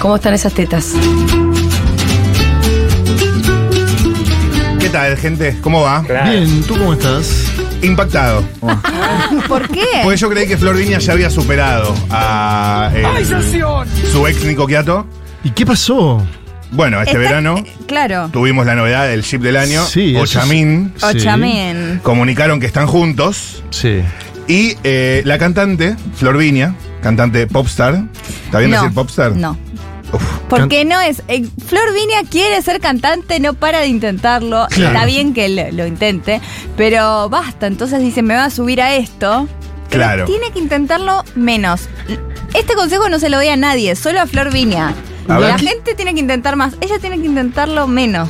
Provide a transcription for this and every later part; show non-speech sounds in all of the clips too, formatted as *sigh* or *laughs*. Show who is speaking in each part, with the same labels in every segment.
Speaker 1: ¿Cómo están esas tetas?
Speaker 2: ¿Qué tal, gente? ¿Cómo va?
Speaker 3: Claro.
Speaker 4: Bien, ¿tú cómo estás?
Speaker 2: Impactado.
Speaker 1: Ah, ¿Por qué?
Speaker 2: *laughs* Porque yo creí que Flor Viña ya había superado a eh, su ex Nico Quiato.
Speaker 4: ¿Y qué pasó?
Speaker 2: Bueno, este
Speaker 1: Está-
Speaker 2: verano
Speaker 1: eh, Claro.
Speaker 2: tuvimos la novedad del chip del año.
Speaker 4: Sí, eso es-
Speaker 2: Ochamin.
Speaker 4: Sí.
Speaker 1: Ochamín.
Speaker 2: Comunicaron que están juntos.
Speaker 4: Sí.
Speaker 2: Y eh, la cantante, Flor Viña, cantante popstar. ¿Está bien
Speaker 1: no,
Speaker 2: decir popstar?
Speaker 1: No.
Speaker 2: Uf.
Speaker 1: Porque no es. eh, Flor Viña quiere ser cantante, no para de intentarlo.
Speaker 4: Claro.
Speaker 1: Está bien que lo, lo intente, pero basta. Entonces dice, me va a subir a esto. Pero
Speaker 2: Claro.
Speaker 1: Tiene que intentarlo menos. Este consejo no se lo doy a nadie, solo a Flor Viña.
Speaker 2: A ver.
Speaker 1: La gente tiene que intentar más, ella tiene que intentarlo menos.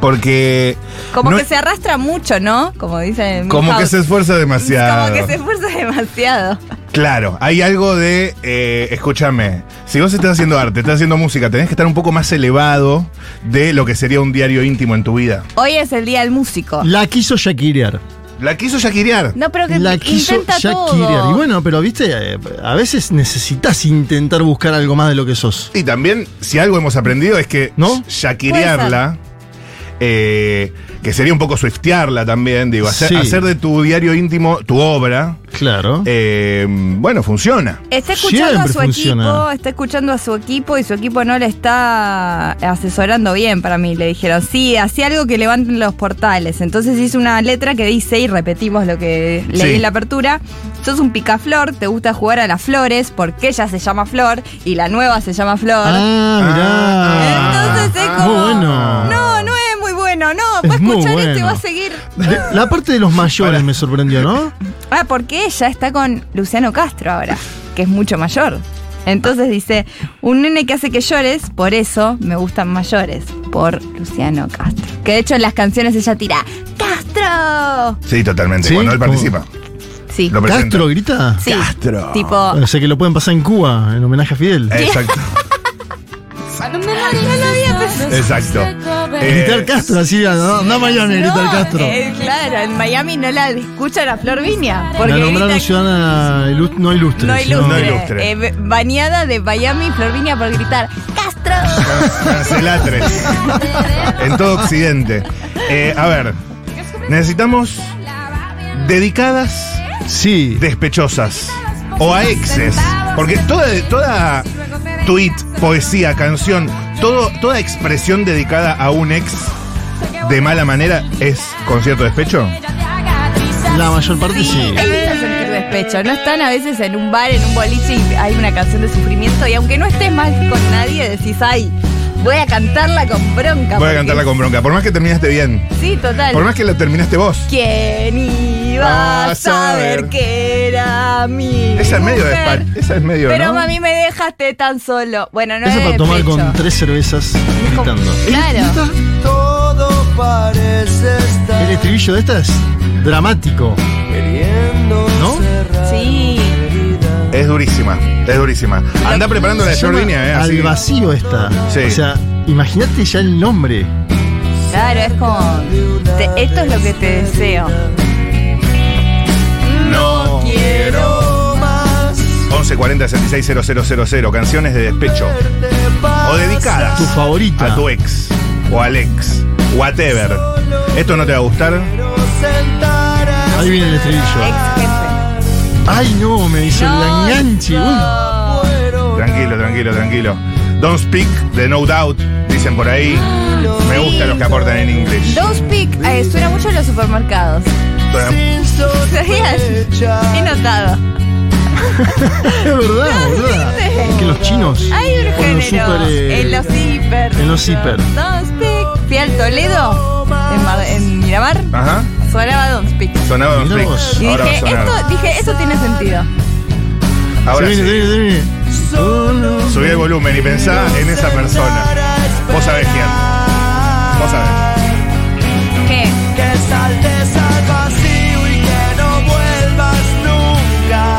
Speaker 2: Porque.
Speaker 1: Como
Speaker 2: no-
Speaker 1: que se arrastra mucho, ¿no? Como dice en
Speaker 2: como que
Speaker 1: Milhouse.
Speaker 2: se esfuerza demasiado.
Speaker 1: Como que se esfuerza demasiado.
Speaker 2: Claro, hay algo de, eh, escúchame, si vos estás haciendo arte, estás haciendo música, tenés que estar un poco más elevado de lo que sería un diario íntimo en tu vida.
Speaker 1: Hoy es el día del músico.
Speaker 4: La quiso Shakirear.
Speaker 2: La quiso Shakirear.
Speaker 1: No, pero que
Speaker 4: La quiso
Speaker 1: intenta
Speaker 4: Shakirear.
Speaker 1: todo.
Speaker 4: Y bueno, pero viste, eh, a veces necesitas intentar buscar algo más de lo que sos.
Speaker 2: Y también, si algo hemos aprendido es que
Speaker 4: ¿No?
Speaker 2: Shakirearla, eh, que sería un poco swiftearla también, digo, hacer,
Speaker 4: Sí.
Speaker 2: hacer de tu diario íntimo tu obra,
Speaker 4: Claro.
Speaker 2: eh, bueno, funciona.
Speaker 1: Está escuchando
Speaker 4: Siempre
Speaker 1: a su
Speaker 4: funciona.
Speaker 1: equipo, está escuchando a su equipo y su equipo no le está asesorando bien para mí. Le dijeron, sí, hacía algo que levanten los portales. Entonces hice una letra que dice, y repetimos lo que leí
Speaker 2: Sí.
Speaker 1: en la apertura, sos un picaflor, te gusta jugar a las flores porque ella se llama Flor y la nueva se llama Flor.
Speaker 4: ah, mirá.
Speaker 1: Entonces es
Speaker 4: Muy
Speaker 1: como,
Speaker 4: bueno.
Speaker 1: No, no es muy bueno, no,
Speaker 4: Es
Speaker 1: va a
Speaker 4: muy
Speaker 1: escuchar esto y
Speaker 4: bueno.
Speaker 1: va a seguir.
Speaker 4: De- la parte de los mayores me sorprendió, ¿no?
Speaker 1: Ah, porque ella está con Luciano Castro ahora, que es mucho mayor. Entonces dice, un nene que hace que llores, por eso me gustan mayores, por Luciano Castro. Que de hecho en las canciones ella tira, ¡Castro!
Speaker 2: Sí, totalmente,
Speaker 4: Sí,
Speaker 2: cuando él
Speaker 4: como-
Speaker 2: participa.
Speaker 1: Sí,
Speaker 2: Lo presenta.
Speaker 4: ¿Castro grita?
Speaker 1: sí.
Speaker 2: Castro.
Speaker 1: Tipo,
Speaker 4: O sea que lo pueden pasar en Cuba, en homenaje a Fidel.
Speaker 2: Exacto. Exacto. Eh,
Speaker 4: Gritar Castro, así, no, no Miami, gritar Castro.
Speaker 1: eh, claro, en Miami no la escuchan a Flor Viña. Porque
Speaker 4: La nombraron
Speaker 1: grita-
Speaker 4: ciudadana ilus- no ilustre.
Speaker 1: no
Speaker 4: sino-
Speaker 1: ilustre.
Speaker 2: No ilustre.
Speaker 1: Eh, b- bañada de Miami, Flor Viña por gritar, ¡Castro!
Speaker 2: Cancelatres. en todo Occidente. Eh, a ver, necesitamos dedicadas
Speaker 4: Sí.
Speaker 2: despechosas o a exes. Porque toda, toda tweet, poesía, canción, todo, toda expresión dedicada a un ex de mala manera es concierto despecho.
Speaker 4: La mayor parte sí.
Speaker 1: Evita sentir despecho. No están a veces en un bar, en un boliche y hay una canción de sufrimiento y aunque no estés mal con nadie, decís, ay, voy a cantarla con bronca.
Speaker 2: Voy a
Speaker 1: porque-
Speaker 2: cantarla con bronca. Por más que terminaste bien,
Speaker 1: Sí, total.
Speaker 2: por más que la terminaste vos.
Speaker 1: ¿Quién iba
Speaker 2: Ah,
Speaker 1: a saber
Speaker 2: saber.
Speaker 1: que era mi
Speaker 2: Esa es medio
Speaker 1: mujer?
Speaker 2: despacho. Esa es medio.
Speaker 1: Pero
Speaker 2: ¿no?
Speaker 1: mami, me dejaste tan solo. Bueno, no
Speaker 4: Eso
Speaker 1: es
Speaker 4: para tomar
Speaker 1: despecho.
Speaker 4: con tres cervezas gritando.
Speaker 1: Claro.
Speaker 5: Todo parece
Speaker 4: El
Speaker 5: estar
Speaker 4: estribillo de esta es dramático.
Speaker 5: queriendo
Speaker 4: ¿No?
Speaker 5: cerrar
Speaker 1: Sí.
Speaker 5: mi herida.
Speaker 2: Es durísima, es durísima. Anda preparando la
Speaker 4: Se llama
Speaker 2: Jordinia, eh. así.
Speaker 4: Al vacío esta.
Speaker 2: Sí.
Speaker 4: O sea, imagínate ya el nombre.
Speaker 1: Claro, es como. te- esto es lo que te deseo.
Speaker 2: No quiero.
Speaker 5: No más
Speaker 2: 1140 660000 canciones de despecho.
Speaker 5: verte
Speaker 2: O dedicadas
Speaker 4: Tu Ah. favorita.
Speaker 2: a tu ex. O al ex. Whatever. Esto no te va a gustar.
Speaker 5: pero sentar a
Speaker 4: Ahí viene el estribillo.
Speaker 1: Ex jefe.
Speaker 4: Ay no, me hizo
Speaker 1: No,
Speaker 4: el enganche. uy.
Speaker 1: no.
Speaker 5: cuero.
Speaker 2: Tranquilo, tranquilo, tranquilo. Don't speak de no doubt, dicen por ahí. Me gustan los que aportan en inglés.
Speaker 1: Dos pick eh, suena mucho en los supermercados.
Speaker 5: Sin
Speaker 1: *laughs* He
Speaker 5: sospecha.
Speaker 1: notado.
Speaker 4: Es verdad, verdad. Que los chinos.
Speaker 1: Hay un
Speaker 4: con los
Speaker 1: género
Speaker 4: super, eh,
Speaker 1: en los hiper.
Speaker 4: en los hiper.
Speaker 1: Don't speak. Fui al Toledo, en, Mar- en Miramar,
Speaker 2: Ajá.
Speaker 1: sonaba Don't speak.
Speaker 2: Sonaba Don't
Speaker 4: Mirá vos.
Speaker 2: speak.
Speaker 1: Y
Speaker 2: Ahora va a
Speaker 1: dije,
Speaker 2: sonar.
Speaker 1: esto, dije, esto tiene sentido.
Speaker 2: Ahora
Speaker 4: se viene,
Speaker 2: sí.
Speaker 4: se viene, se viene.
Speaker 5: Solo
Speaker 2: Subí el volumen y pensá en esa persona. Vos sabés quién. Vos sabés.
Speaker 1: ¿Qué?
Speaker 5: Que saltes al vacío y que no vuelvas nunca.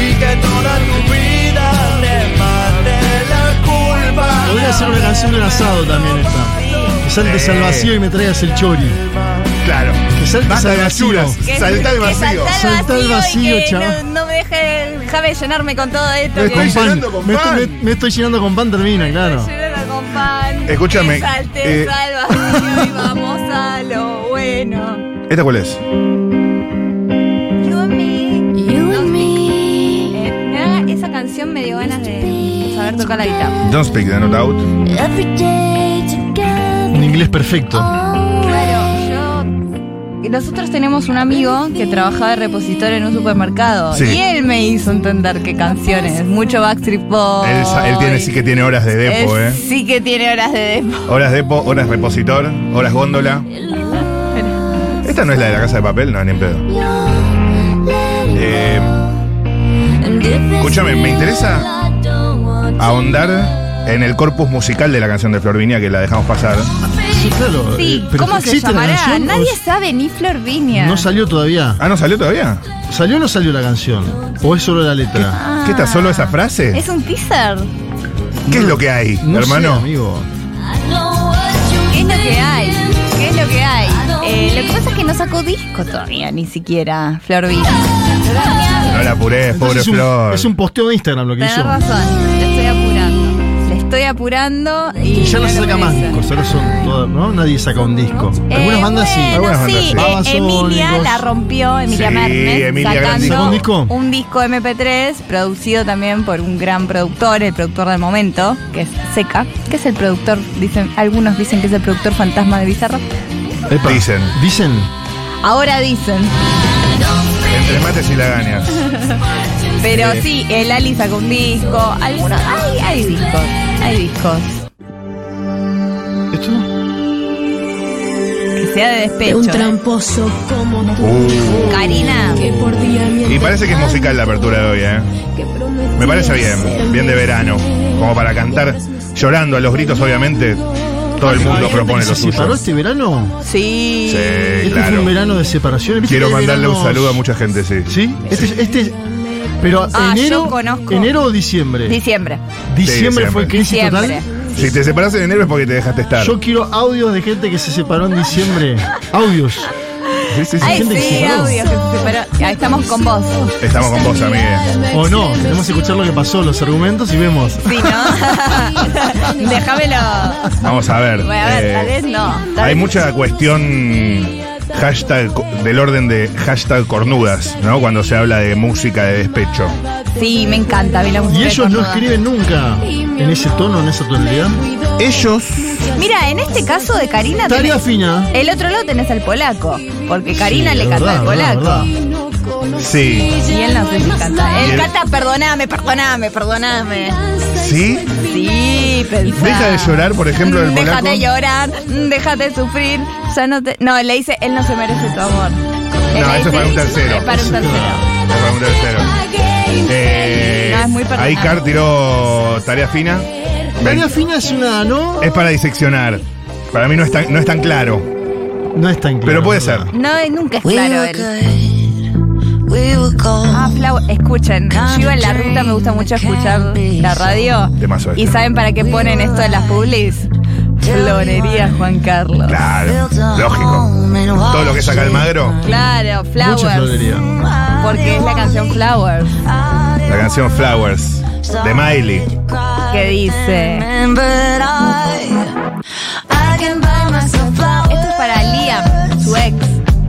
Speaker 5: Y que toda tu vida te mate la culpa.
Speaker 4: Podría ser una canción de un asado también esta. Que saltes
Speaker 2: Sí.
Speaker 4: al vacío y me traigas el chori.
Speaker 2: Claro.
Speaker 4: Que saltes
Speaker 2: Basta
Speaker 4: al
Speaker 2: de
Speaker 4: vacío.
Speaker 2: achuras.
Speaker 1: Que-
Speaker 2: Saltá al
Speaker 1: que
Speaker 2: vacío.
Speaker 1: saltá al
Speaker 4: Saltá al
Speaker 1: vacío y
Speaker 4: vacío,
Speaker 1: que
Speaker 4: chaval.
Speaker 1: no, no me deje Déjame llenarme con todo esto.
Speaker 4: Me
Speaker 1: que-
Speaker 4: estoy,
Speaker 2: estoy
Speaker 4: pan.
Speaker 2: llenando con
Speaker 4: Me estoy-
Speaker 2: pan.
Speaker 4: me- me estoy llenando con pan, termina, claro.
Speaker 1: Llénalo con pan.
Speaker 2: Escúchame,
Speaker 1: que Salte,
Speaker 2: eh,
Speaker 1: salva, y vamos a lo
Speaker 2: *laughs*
Speaker 1: bueno.
Speaker 2: ¿Esta cuál es?
Speaker 1: You and me.
Speaker 3: You and me,
Speaker 1: Eh, me da- esa canción me dio ganas de saber tocar la guitarra.
Speaker 2: Don't speak the not out.
Speaker 3: every day
Speaker 4: Un
Speaker 3: together.
Speaker 4: inglés perfecto.
Speaker 1: Oh,
Speaker 3: Always.
Speaker 1: Claro, yo. Nosotros tenemos un amigo que trabajaba de repositorio en un supermercado.
Speaker 2: Sí.
Speaker 1: Y él me hizo entender qué canciones. Mucho Backstreet Boys.
Speaker 2: Él, sa- él tiene, sí que tiene horas de depo,
Speaker 1: Él
Speaker 2: ¿eh?
Speaker 1: Sí que tiene horas de depo.
Speaker 2: Horas depo, horas repositor, horas góndola. Esta no es la de la casa de papel, no, ni en pedo. Eh, Escúchame, me interesa ahondar en el corpus musical de la canción de Florvinia que la dejamos pasar.
Speaker 4: Sí, claro.
Speaker 1: Sí,
Speaker 4: eh, pero
Speaker 1: ¿cómo se
Speaker 4: ¿existe la
Speaker 1: llamará?
Speaker 4: canción o
Speaker 1: Nadie
Speaker 4: s-
Speaker 1: sabe, ni Flor Viña.
Speaker 4: No salió todavía.
Speaker 2: Ah, ¿no salió todavía?
Speaker 4: ¿Salió o no salió la canción? ¿O es solo la
Speaker 1: Ah.
Speaker 4: letra?
Speaker 2: ¿Qué está solo esa frase?
Speaker 1: Es un teaser.
Speaker 2: ¿Qué es lo que hay,
Speaker 4: No sé,
Speaker 2: hermano?
Speaker 4: amigo.
Speaker 1: ¿Qué es lo que hay? ¿Qué es lo que hay? Eh, lo que pasa es que no sacó disco todavía, ni siquiera Flor Viña.
Speaker 2: No la apuré, pobre
Speaker 4: Entonces es un-
Speaker 2: Flor.
Speaker 4: Es un posteo de Instagram lo que
Speaker 1: Tenés
Speaker 4: hizo.
Speaker 1: razón, le estoy apurando. Le estoy apurando y.
Speaker 4: Y ya no se
Speaker 1: lo
Speaker 4: saca más
Speaker 1: hizo.
Speaker 4: discos, ahora son todas, ¿no? Nadie saca un disco. Algunas
Speaker 1: Eh,
Speaker 4: bandas sí.
Speaker 1: bueno,
Speaker 2: Algunas bandas sí.
Speaker 1: eh, Emilia
Speaker 4: Babasónicos.
Speaker 1: la rompió, Emilia
Speaker 2: Sí,
Speaker 1: Mernes,
Speaker 2: Emilia
Speaker 1: sacando
Speaker 2: Grandi.
Speaker 4: ¿Sacó un disco?
Speaker 1: un disco MP3 producido también por un gran productor, el productor del momento, que es Seca, que es el productor, dicen, algunos dicen que es el productor fantasma de Bizarro.
Speaker 4: Epa.
Speaker 2: Dicen.
Speaker 4: Dicen.
Speaker 1: Ahora dicen,
Speaker 2: Entre mates y lagañas.
Speaker 1: pero sí, el Ali sacó un disco, algunos, hay, hay discos, hay discos.
Speaker 4: ¿Esto?
Speaker 1: Que sea de despecho.
Speaker 6: Un tramposo como tú.
Speaker 2: Uh,
Speaker 1: Karina,
Speaker 6: Que por día
Speaker 2: Y parece que es musical la apertura de hoy, ¿eh? Me parece bien, bien de verano. Como para cantar llorando a los gritos, obviamente. Todo el mundo propone lo
Speaker 4: ¿Se separó
Speaker 2: suyo.
Speaker 4: este verano?
Speaker 1: sí.
Speaker 2: Sí,
Speaker 4: Este fue un
Speaker 2: claro.
Speaker 4: verano de separación. ¿Viste
Speaker 2: Quiero
Speaker 4: que hay
Speaker 2: mandarle un
Speaker 4: veranos-
Speaker 2: saludo a mucha gente, sí.
Speaker 4: ¿Sí? Este, es- este es- Pero
Speaker 1: Ah, yo
Speaker 4: enero,
Speaker 1: conozco.
Speaker 4: enero o diciembre.
Speaker 1: Diciembre,
Speaker 4: diciembre
Speaker 2: Sí, diciembre.
Speaker 4: fue crisis
Speaker 1: diciembre.
Speaker 4: total.
Speaker 2: Si te separas en enero es porque te dejaste estar.
Speaker 4: Yo quiero audios de gente que se separó en diciembre. Audios.
Speaker 2: Sí, sí, sí.
Speaker 1: Ay,
Speaker 4: gente que se
Speaker 1: sí,
Speaker 4: separó.
Speaker 1: audio que se separó. Ahí estamos con vos.
Speaker 2: Estamos con vos, amigue.
Speaker 4: O no, tenemos que escuchar lo que pasó, los argumentos y vemos.
Speaker 1: Sí, ¿no? *laughs* Déjamelo.
Speaker 2: Vamos a ver.
Speaker 1: Voy a ver,
Speaker 2: eh,
Speaker 1: tal vez no. tal
Speaker 2: hay
Speaker 1: vez-
Speaker 2: mucha cuestión hashtag co- del orden de hashtag cornudas, ¿no? Cuando se habla de música de despecho.
Speaker 1: Sí, me encanta. Vi la música
Speaker 4: Y ellos no
Speaker 1: cornuda.
Speaker 4: escriben nunca en ese tono, en esa tonalidad.
Speaker 2: Ellos.
Speaker 1: Mira, en este caso de Karina.
Speaker 4: Tarea
Speaker 1: tenés-
Speaker 4: fina.
Speaker 1: El otro lado tenés al polaco. Porque Karina
Speaker 4: Sí,
Speaker 1: le
Speaker 4: es
Speaker 1: canta
Speaker 4: verdad,
Speaker 1: al
Speaker 4: verdad,
Speaker 1: polaco.
Speaker 4: verdad.
Speaker 2: Sí.
Speaker 1: Y él no sé si canta.
Speaker 2: Y
Speaker 1: Él
Speaker 2: él-
Speaker 1: canta, perdoname, perdoname, perdoname.
Speaker 2: ¿Sí?
Speaker 1: Sí, pensá.
Speaker 2: Deja de llorar, por ejemplo, el
Speaker 1: Mm, Déjate
Speaker 2: polaco.
Speaker 1: llorar, mm, déjate sufrir. Ya no te. No, le dice, él no se merece tu amor. Él
Speaker 2: No,
Speaker 1: le
Speaker 2: eso es
Speaker 1: dice,
Speaker 2: para un tercero.
Speaker 1: Es para un tercero.
Speaker 2: Es para un tercero. Eh,
Speaker 1: No, es muy perdonable.
Speaker 2: ahí Car tiró tarea fina.
Speaker 4: Tarea fina es una, ¿no?
Speaker 2: Es para diseccionar. Para mí no es tan, no es tan claro.
Speaker 4: No es tan claro.
Speaker 2: Pero puede ser.
Speaker 4: ¿verdad?
Speaker 1: No, eh, nunca es
Speaker 3: We
Speaker 1: claro
Speaker 3: were
Speaker 1: él.
Speaker 3: good, we were
Speaker 1: Ah,
Speaker 3: cold.
Speaker 1: Flau, escuchen. Yo iba en la ruta, me gusta mucho escuchar la radio.
Speaker 2: Temazo este.
Speaker 1: ¿Y saben para qué ponen esto en las publis? Florería Juan Carlos.
Speaker 2: Claro, lógico. Todo lo que saca el magro,
Speaker 1: Claro,
Speaker 4: Mucha
Speaker 1: Flowers.
Speaker 4: florería.
Speaker 1: Porque es la canción Flowers.
Speaker 2: la canción Flowers de Miley.
Speaker 1: Que dice.
Speaker 3: Remembered I- I can buy myself flowers.
Speaker 1: Esto es para Liam, su ex.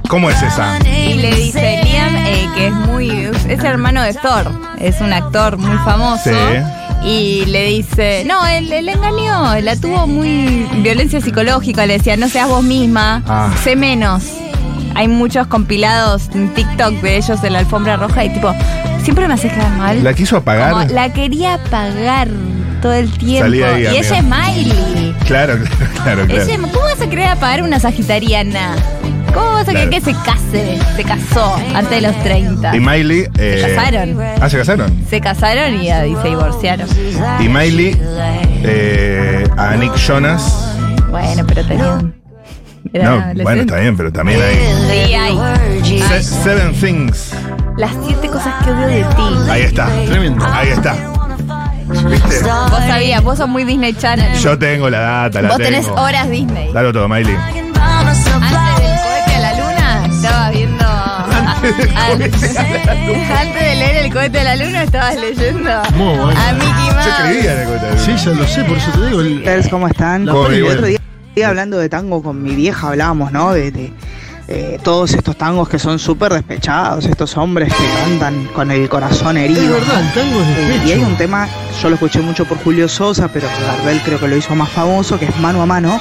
Speaker 2: ¿Cómo es esa?
Speaker 1: Y le dice Liam, eh, que es muy. Es hermano de Thor. Es un actor muy famoso.
Speaker 2: Sí.
Speaker 1: Y le dice. No, él, él la engañó. La tuvo muy. Violencia psicológica. Le decía, no seas vos misma.
Speaker 2: Ah.
Speaker 1: Sé menos. Hay muchos compilados en TikTok de ellos en la alfombra roja y tipo, siempre me haces quedar mal.
Speaker 2: ¿La quiso apagar?
Speaker 1: Como, la quería pagar todo el tiempo.
Speaker 2: Salía ahí,
Speaker 1: y
Speaker 2: amigo.
Speaker 1: ella es Miley.
Speaker 2: Claro, *laughs* claro, claro. claro.
Speaker 1: Ella, ¿Cómo vas a querer apagar una sagitariana? ¿Cómo vas a querer
Speaker 2: Claro.
Speaker 1: que se case? Se casó antes de los 30.
Speaker 2: Y Miley. eh,
Speaker 1: Se casaron.
Speaker 2: Ah, se casaron.
Speaker 1: Se casaron y, y se divorciaron.
Speaker 2: Y Miley eh, a Nick Jonas.
Speaker 1: Bueno, pero tenían. era
Speaker 2: No, bueno, está
Speaker 1: adolescente.
Speaker 2: bien, pero también hay.
Speaker 1: Sí, hay.
Speaker 2: Se-
Speaker 1: Ay,
Speaker 2: Seven Things.
Speaker 1: Las siete cosas que odio de ti.
Speaker 2: Ahí está.
Speaker 4: Tremendo.
Speaker 2: Ahí está. ¿Viste?
Speaker 1: Vos sabías, vos sos muy Disney Channel.
Speaker 2: Yo tengo la data, la
Speaker 1: vos
Speaker 2: tengo.
Speaker 1: tenés horas Disney.
Speaker 2: Dalo todo, Miley.
Speaker 1: Antes del cohete a la luna estaba viendo a, Antes de leer el cohete de la luna estabas leyendo
Speaker 4: Muy bueno.
Speaker 1: a Mickey
Speaker 2: Yo
Speaker 1: Mouse.
Speaker 2: escribía en el cohete.
Speaker 4: Sí, ya lo sé, por eso te digo. el-
Speaker 7: ustedes cómo están?
Speaker 4: La
Speaker 2: peli,
Speaker 7: el
Speaker 2: bueno.
Speaker 7: otro día, día hablando de tango con mi vieja hablábamos, ¿no? De, de, eh, todos estos tangos que son súper despechados, estos hombres que cantan con el corazón
Speaker 4: es
Speaker 7: herido.
Speaker 4: verdad, el tango es
Speaker 7: Eh,
Speaker 4: de
Speaker 7: y hay un
Speaker 4: pecho.
Speaker 7: tema, yo lo escuché mucho por Julio Sosa, pero que Gardel creo que lo hizo más famoso, que es mano a mano.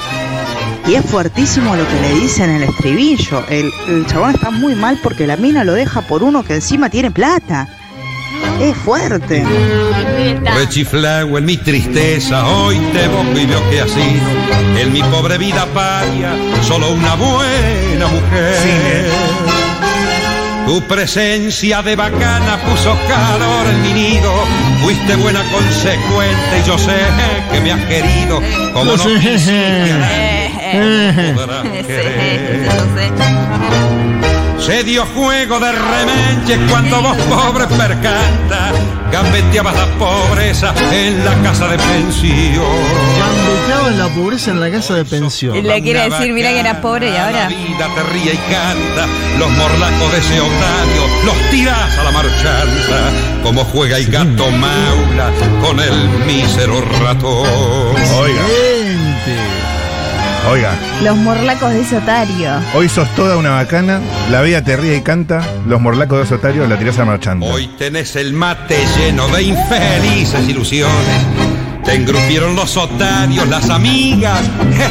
Speaker 7: Y es fuertísimo lo que le dicen en el estribillo. El, el chabón está muy mal porque la mina lo deja por uno que encima tiene plata. Es fuerte.
Speaker 8: Rechiflado en mi tristeza, hoy te bombo y veo que ha sido en mi pobre vida paria, solo una buena mujer. Tu presencia de bacana puso calor en mi nido, fuiste buena consecuente y yo sé que me has querido como
Speaker 4: Lo
Speaker 8: no
Speaker 4: sé. *laughs*
Speaker 8: quisiera,
Speaker 4: Eh,
Speaker 1: *laughs*
Speaker 8: podrás querer.
Speaker 1: Sí,
Speaker 8: Se dio juego de remenche cuando vos pobre percanta gambeteabas la pobreza en la casa de pensión.
Speaker 4: Gambeteaban la pobreza en la casa de pensión.
Speaker 1: Le quiere decir, mirá que eras pobre y ahora.
Speaker 8: La vida te ríe y canta, los morlacos de ese otario, los tirás a la marchanta, como juega el gato maula con el mísero ratón.
Speaker 2: Oiga,
Speaker 4: Gente.
Speaker 2: oiga.
Speaker 1: Los morlacos de Sotario.
Speaker 2: Hoy sos toda una bacana, la vida te ríe y canta, los morlacos de Osotario la tirás a marchando.
Speaker 8: Hoy tenés el mate lleno de infelices ilusiones. Te engrupieron los otarios, las amigas,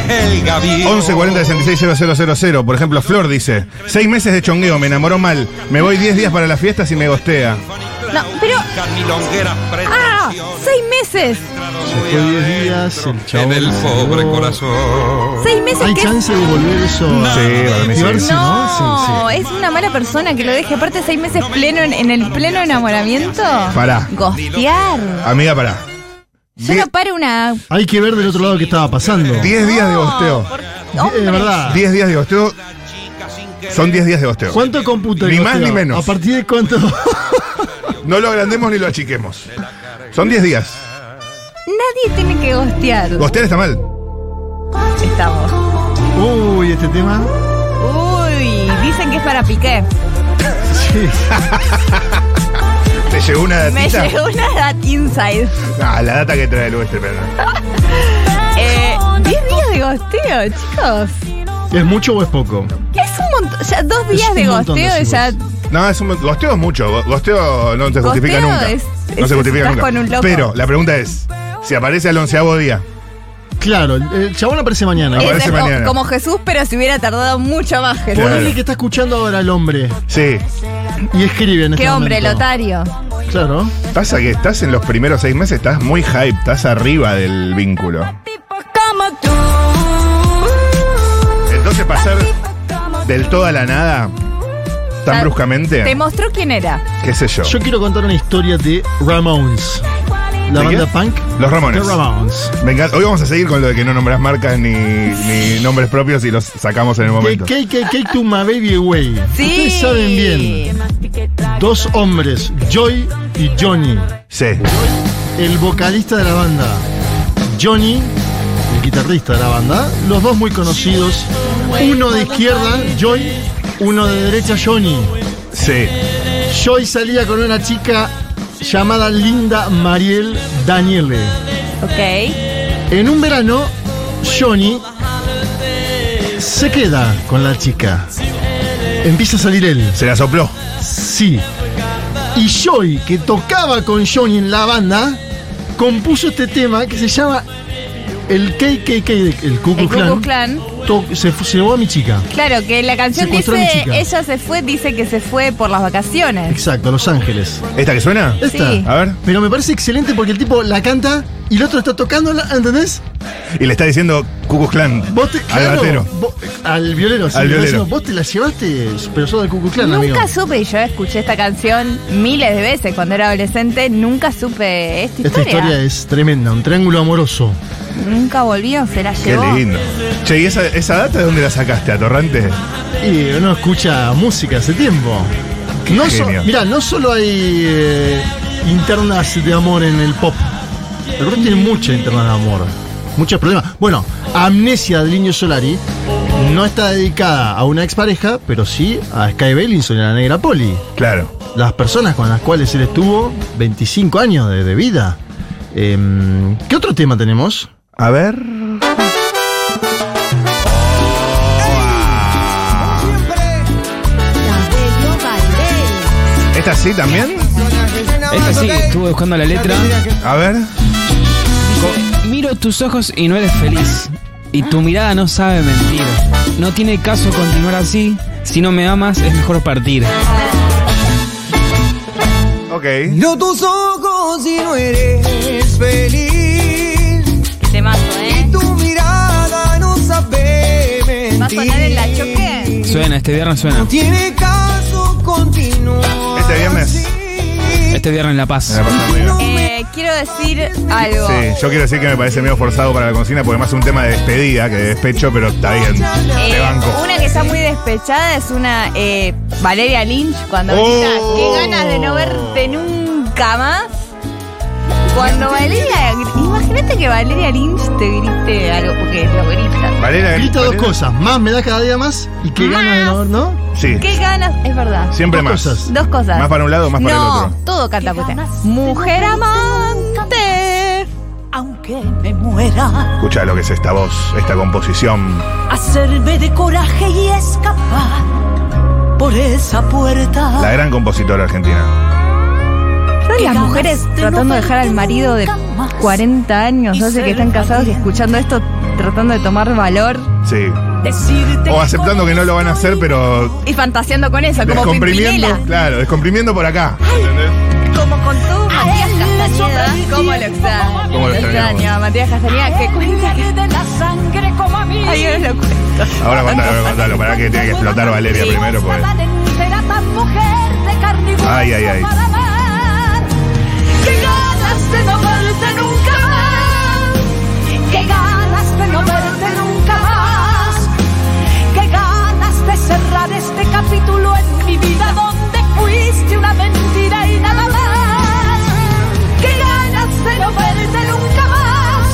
Speaker 8: el gavillo.
Speaker 2: 1140-660000, por ejemplo, Flor dice, seis meses de chongueo, me enamoró mal, me voy 10 días para las fiestas y me gostea.
Speaker 1: No, pero- ¡Ah! ¡Seis meses!
Speaker 4: fue 10 días, el chabón
Speaker 8: En el
Speaker 4: se
Speaker 8: pobre
Speaker 4: quedó.
Speaker 8: corazón.
Speaker 1: ¡Seis meses
Speaker 4: Hay
Speaker 1: que es-
Speaker 4: chance de volver eso a
Speaker 2: Sí, para mí sí.
Speaker 4: activarse,
Speaker 1: No,
Speaker 4: ¿no? Sí, sí.
Speaker 1: es una mala persona que lo deje. Aparte, seis meses pleno en, en el pleno enamoramiento.
Speaker 2: Pará.
Speaker 1: Gostear.
Speaker 2: Amiga, pará.
Speaker 1: Yo no paro una.
Speaker 4: Hay que ver del otro lado qué estaba pasando.
Speaker 2: 10 días de gosteo.
Speaker 4: Eh, de verdad.
Speaker 2: 10 días de gosteo. Son 10 días de gosteo.
Speaker 4: ¿Cuánto computa el
Speaker 2: Ni más
Speaker 4: gosteo?
Speaker 2: ni menos.
Speaker 4: ¿A partir de cuánto? *laughs*
Speaker 2: No lo agrandemos ni lo achiquemos. Son 10 días.
Speaker 1: Nadie tiene que gostear.
Speaker 2: Gostear está mal.
Speaker 1: Estamos.
Speaker 4: Uy, este tema.
Speaker 1: Uy, dicen que es para Piqué.
Speaker 4: Sí.
Speaker 2: ¿Te llegó una
Speaker 1: Me
Speaker 2: datita?
Speaker 1: llegó una dat inside.
Speaker 2: Ah, la data que trae el oeste, pero no.
Speaker 1: Eh, 10 días de gosteo, chicos.
Speaker 4: ¿Es mucho o es poco?
Speaker 1: Es un montón. Ya dos días
Speaker 4: un
Speaker 1: de
Speaker 4: montón,
Speaker 1: gosteo
Speaker 4: decís
Speaker 1: ya.
Speaker 2: No, es un, gosteo es mucho. Go- Gosteo no se justifica
Speaker 1: Gosteo
Speaker 2: nunca.
Speaker 1: es-
Speaker 2: no
Speaker 1: es-
Speaker 2: se justifica
Speaker 1: estás
Speaker 2: nunca.
Speaker 1: con un loco.
Speaker 2: Pero la pregunta es, si aparece al onceavo día,
Speaker 4: Claro, el- el chabón aparece mañana.
Speaker 2: Aparece
Speaker 1: es como-
Speaker 2: mañana.
Speaker 1: como Jesús, pero si hubiera tardado mucho más Jesús.
Speaker 2: Claro.
Speaker 4: Ponele que está escuchando ahora al hombre
Speaker 2: sí.
Speaker 4: y escribe en este
Speaker 1: Qué hombre,
Speaker 4: momento.
Speaker 1: Lotario.
Speaker 4: Claro.
Speaker 2: Pasa que estás en los primeros seis meses, estás muy hype, estás arriba del vínculo. Entonces pasar del todo a la nada, tan
Speaker 1: Ah,
Speaker 2: bruscamente,
Speaker 1: Te mostró quién era.
Speaker 2: qué sé yo.
Speaker 4: Yo quiero contar una historia de Ramones. La
Speaker 2: ¿De qué?
Speaker 4: banda punk.
Speaker 2: Los Ramones.
Speaker 4: De Ramones.
Speaker 2: Me encanta- Hoy vamos a seguir con lo de que no nombras marcas ni, ni nombres propios y los sacamos en el
Speaker 4: De
Speaker 2: momento.
Speaker 4: KKK to My Baby Away.
Speaker 1: Sí.
Speaker 4: Ustedes saben bien. Dos hombres, Joy y Johnny.
Speaker 2: Sí.
Speaker 4: El vocalista de la banda, Johnny, el guitarrista de la banda. Los dos muy conocidos. Uno de izquierda, Joy. Uno de derecha, Johnny.
Speaker 2: Sí.
Speaker 4: Joy salía con una chica llamada Linda Mariel Daniele.
Speaker 1: Ok.
Speaker 4: En un verano, Johnny se queda con la chica. Empieza a salir él.
Speaker 2: Se la sopló.
Speaker 4: Sí. Y Joy, que tocaba con Johnny en la banda, compuso este tema que se llama el KKK, de- el Ku
Speaker 1: El
Speaker 4: Klux
Speaker 1: Ku Klux
Speaker 4: Klan.
Speaker 1: Klan.
Speaker 4: To- Se, fu- se llevó a mi chica.
Speaker 1: Claro, que la canción
Speaker 4: Secuestró a mi
Speaker 1: dice,
Speaker 4: chica.
Speaker 1: ella se fue, dice que se fue por las vacaciones.
Speaker 4: Exacto, a Los Ángeles.
Speaker 2: ¿Esta que suena?
Speaker 4: Esta.
Speaker 1: Sí.
Speaker 2: A ver.
Speaker 4: Pero me parece excelente porque el tipo la canta y el otro está tocándola, ¿entendés?
Speaker 2: Y le está diciendo Cucus Clan
Speaker 4: Vos te, claro,
Speaker 2: al batero.
Speaker 4: vos- eh, al violero. sí,
Speaker 2: Al
Speaker 4: le está
Speaker 2: violero.
Speaker 4: diciendo, Vos te la llevaste, pero sos del Ku Klux Klan, amigo.
Speaker 1: Nunca supe, y yo escuché esta canción miles de veces cuando era adolescente, nunca supe esta
Speaker 4: Esta
Speaker 1: historia.
Speaker 4: historia es tremenda, un triángulo amoroso.
Speaker 1: Nunca volvió, se la
Speaker 2: Qué
Speaker 1: llevó.
Speaker 2: lindo. Che, ¿y esa, esa data de dónde la sacaste, Atorrante?
Speaker 4: Y uno escucha música hace tiempo. No so-
Speaker 2: genio.
Speaker 4: mirá, no solo hay eh, internas de amor en el pop. El rock tiene mucha interna de amor. Muchos problemas. Bueno, Amnesia del Indio Solari No está dedicada a una expareja, pero sí a Sky Bellinson y a la negra Poli.
Speaker 2: Claro.
Speaker 4: Las personas con las cuales él estuvo 25 años de, de vida. Em, ¿Qué otro tema tenemos?
Speaker 2: A ver. ¿Esta sí también?
Speaker 9: Esta sí, estuve buscando la letra.
Speaker 2: A ver.
Speaker 9: Co- Miro tus ojos y no eres feliz. Y tu mirada no sabe mentir. No tiene caso continuar así. Si no me amas, es mejor partir.
Speaker 2: Ok.
Speaker 5: Miro tus ojos y no eres feliz.
Speaker 1: Te mato, ¿eh?
Speaker 5: Tu mirada no sabe mentir.
Speaker 1: ¿Va a sonar el la choque?
Speaker 9: Suena, este viernes
Speaker 5: No
Speaker 9: suena.
Speaker 5: tiene caso continuar.
Speaker 2: Este viernes.
Speaker 5: así.
Speaker 9: Este viernes en La
Speaker 2: Me
Speaker 9: Paz.
Speaker 2: la pasan muy bien.
Speaker 1: Eh, quiero decir algo.
Speaker 2: Sí, yo quiero decir que me parece medio forzado para la cocina porque más es un tema de despedida que de despecho, pero está bien.
Speaker 1: Eh,
Speaker 2: Te banco.
Speaker 1: Una que está muy despechada es una eh, Valeria Lynch cuando
Speaker 2: Oh.
Speaker 1: grita qué ganas de no verte nunca más. Cuando Valeria, gr- imagínate que Valeria Lynch te grite algo porque lo grita.
Speaker 2: Valera,
Speaker 4: Grita dos
Speaker 2: Valera.
Speaker 4: cosas. Más me da cada día más y que gana de no, ¿no?
Speaker 2: Sí,
Speaker 1: Qué ganas, es verdad.
Speaker 2: siempre
Speaker 4: Dos
Speaker 2: más.
Speaker 4: cosas.
Speaker 1: Dos cosas.
Speaker 2: Más para un lado, más para
Speaker 1: no,
Speaker 2: el otro.
Speaker 1: todo cataputea. Mujer amante.
Speaker 6: Aunque me muera,
Speaker 2: Escucha lo que es esta voz, esta composición.
Speaker 6: hacerme de coraje y escapar por esa puerta.
Speaker 2: La gran compositora argentina.
Speaker 1: ¿Sabes las mujeres tratando de dejar al marido de 40 años, 12 que están casados y escuchando esto, tratando de tomar valor
Speaker 2: Sí.
Speaker 6: Decirte
Speaker 2: O aceptando que no lo van a hacer, pero
Speaker 1: y fantaseando con eso, como
Speaker 2: descomprimiendo.
Speaker 1: Pimpinela?
Speaker 2: Claro, descomprimiendo por acá. ¿entendés?
Speaker 1: Como con todo Matías Castañeda, ¿eh? ¿cómo lo extraño?
Speaker 2: ¿Cómo lo
Speaker 1: extraño?
Speaker 2: extrañamos?
Speaker 1: a Matías Castañeda, que cuenta que
Speaker 6: de la sangre como a mí.
Speaker 1: Ay, yo no lo cuento.
Speaker 2: Ahora contalo, contalo. Para que tiene que explotar Valeria
Speaker 1: Sí.
Speaker 2: primero, pues.
Speaker 6: Tan entera, tan mujer de carne y hueso
Speaker 2: Ay, ay, ay.
Speaker 6: para amar. Qué ganas de no verte nunca más. Qué ganas de no verte nunca más. Qué ganas de cerrar este capítulo en mi vida donde fuiste una mentira y nada más. Qué ganas de no verte nunca más.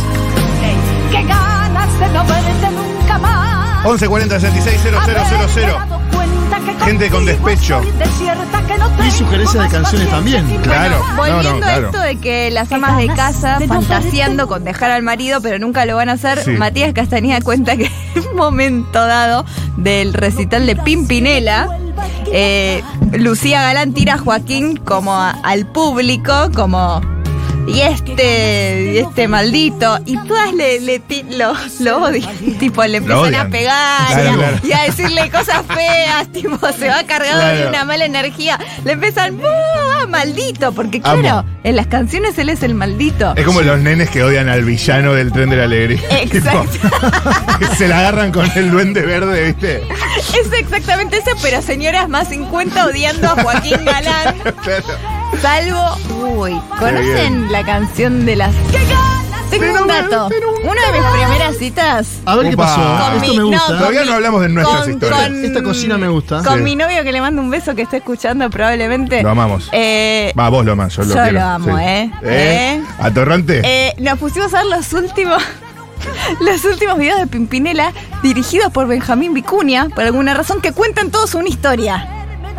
Speaker 6: Qué ganas de no verte nunca más.
Speaker 2: 1140 660000. Gente con despecho.
Speaker 4: Y sugerencias de canciones también.
Speaker 2: Claro. No,
Speaker 1: Volviendo
Speaker 2: no,
Speaker 1: a
Speaker 2: claro.
Speaker 1: esto de que las amas de casa fantaseando con dejar al marido, pero nunca lo van a hacer,
Speaker 2: Sí.
Speaker 1: Matías Castañeda cuenta que *laughs* en un momento dado del recital de Pimpinela, eh, Lucía Galán tira a Joaquín como a- al público, como... Y este, y este maldito, y todas le, le ti- lo, lo odian, tipo le empiezan
Speaker 2: Lo
Speaker 1: a
Speaker 2: odian.
Speaker 1: pegar
Speaker 2: Claro,
Speaker 1: y, a,
Speaker 2: claro.
Speaker 1: y a decirle cosas feas, *laughs* tipo se va cargado de
Speaker 2: Claro.
Speaker 1: una mala energía. Le empiezan, "Buah, maldito, porque claro,
Speaker 2: Amo.
Speaker 1: en las canciones él es el maldito.
Speaker 2: Es como los nenes que odian al villano del tren de la alegría. *laughs*
Speaker 1: Exacto.
Speaker 2: Tipo, que se la agarran con el duende
Speaker 1: *laughs*
Speaker 2: verde, ¿viste?
Speaker 1: Es exactamente eso, pero señoras más 50 odiando a
Speaker 2: *laughs*
Speaker 1: Joaquín Galán.
Speaker 2: Claro.
Speaker 1: Salvo, uy,
Speaker 2: Qué
Speaker 1: ¿conocen
Speaker 2: bien.
Speaker 1: la canción de las... Tengo un dato. Una de mis primeras citas
Speaker 4: A ver qué
Speaker 2: Upa.
Speaker 4: pasó.
Speaker 2: Con
Speaker 4: Esto
Speaker 1: mi-
Speaker 4: me
Speaker 1: no,
Speaker 4: gusta. ¿eh?
Speaker 1: con
Speaker 2: Ah, Todavía
Speaker 1: mi-
Speaker 2: no hablamos de nuestras
Speaker 1: con-
Speaker 2: historias.
Speaker 1: con-
Speaker 4: Esta cocina me gusta.
Speaker 1: con
Speaker 2: Sí.
Speaker 1: mi novio que le mando un beso que está escuchando probablemente.
Speaker 2: Lo amamos.
Speaker 1: Eh,
Speaker 2: Va, vos lo más, yo
Speaker 1: Yo
Speaker 2: lo quiero.
Speaker 1: lo amo, ¿eh? ¿Eh?
Speaker 2: ¿Atorrante?
Speaker 1: Eh, nos pusimos a ver los últimos *laughs* los últimos videos de Pimpinela dirigidos por Benjamín Vicuña, por alguna razón, que cuentan todos una historia.